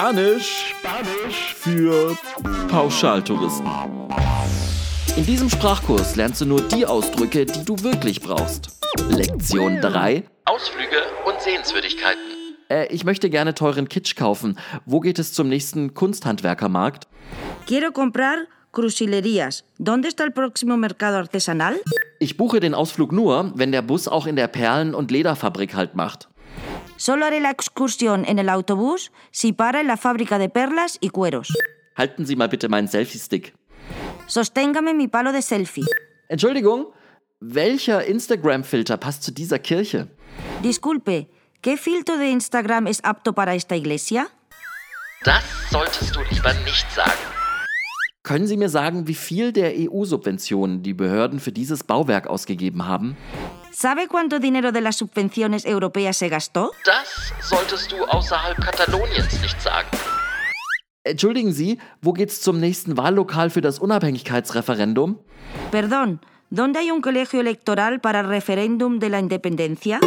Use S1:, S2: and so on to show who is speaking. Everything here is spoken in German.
S1: Spanisch, Spanisch für Pauschaltouristen. In diesem Sprachkurs lernst du nur die Ausdrücke, die du wirklich brauchst. Lektion 3.
S2: Ausflüge und Sehenswürdigkeiten.
S1: Äh, ich möchte gerne teuren Kitsch kaufen. Wo geht es zum nächsten Kunsthandwerkermarkt?
S3: Quiero comprar crucilerías. ¿Dónde está el próximo mercado artesanal?
S1: Ich buche den Ausflug nur, wenn der Bus auch in der Perlen- und Lederfabrik halt macht.
S3: Solo haré la excursión en el autobús si para en la fábrica de perlas y cueros.
S1: Halten Sie mal bitte meinen Selfie-Stick.
S3: Sosténgame mi palo de selfie.
S1: Entschuldigung, welcher Instagram-Filter passt zu dieser Kirche?
S3: Disculpe, ¿qué filtro de Instagram es apto para esta iglesia?
S2: Das solltest du lieber nicht sagen.
S1: Können Sie mir sagen, wie viel der EU-Subventionen die Behörden für dieses Bauwerk ausgegeben haben?
S3: ¿Sabe cuánto dinero de las subvenciones europeas se gastó?
S2: Das solltest du außerhalb Kataloniens nicht sagen.
S1: Entschuldigen Sie, wo geht's zum nächsten Wahllokal für das Unabhängigkeitsreferendum?
S3: Perdón, ¿dónde hay un colegio electoral para el referéndum de la independencia?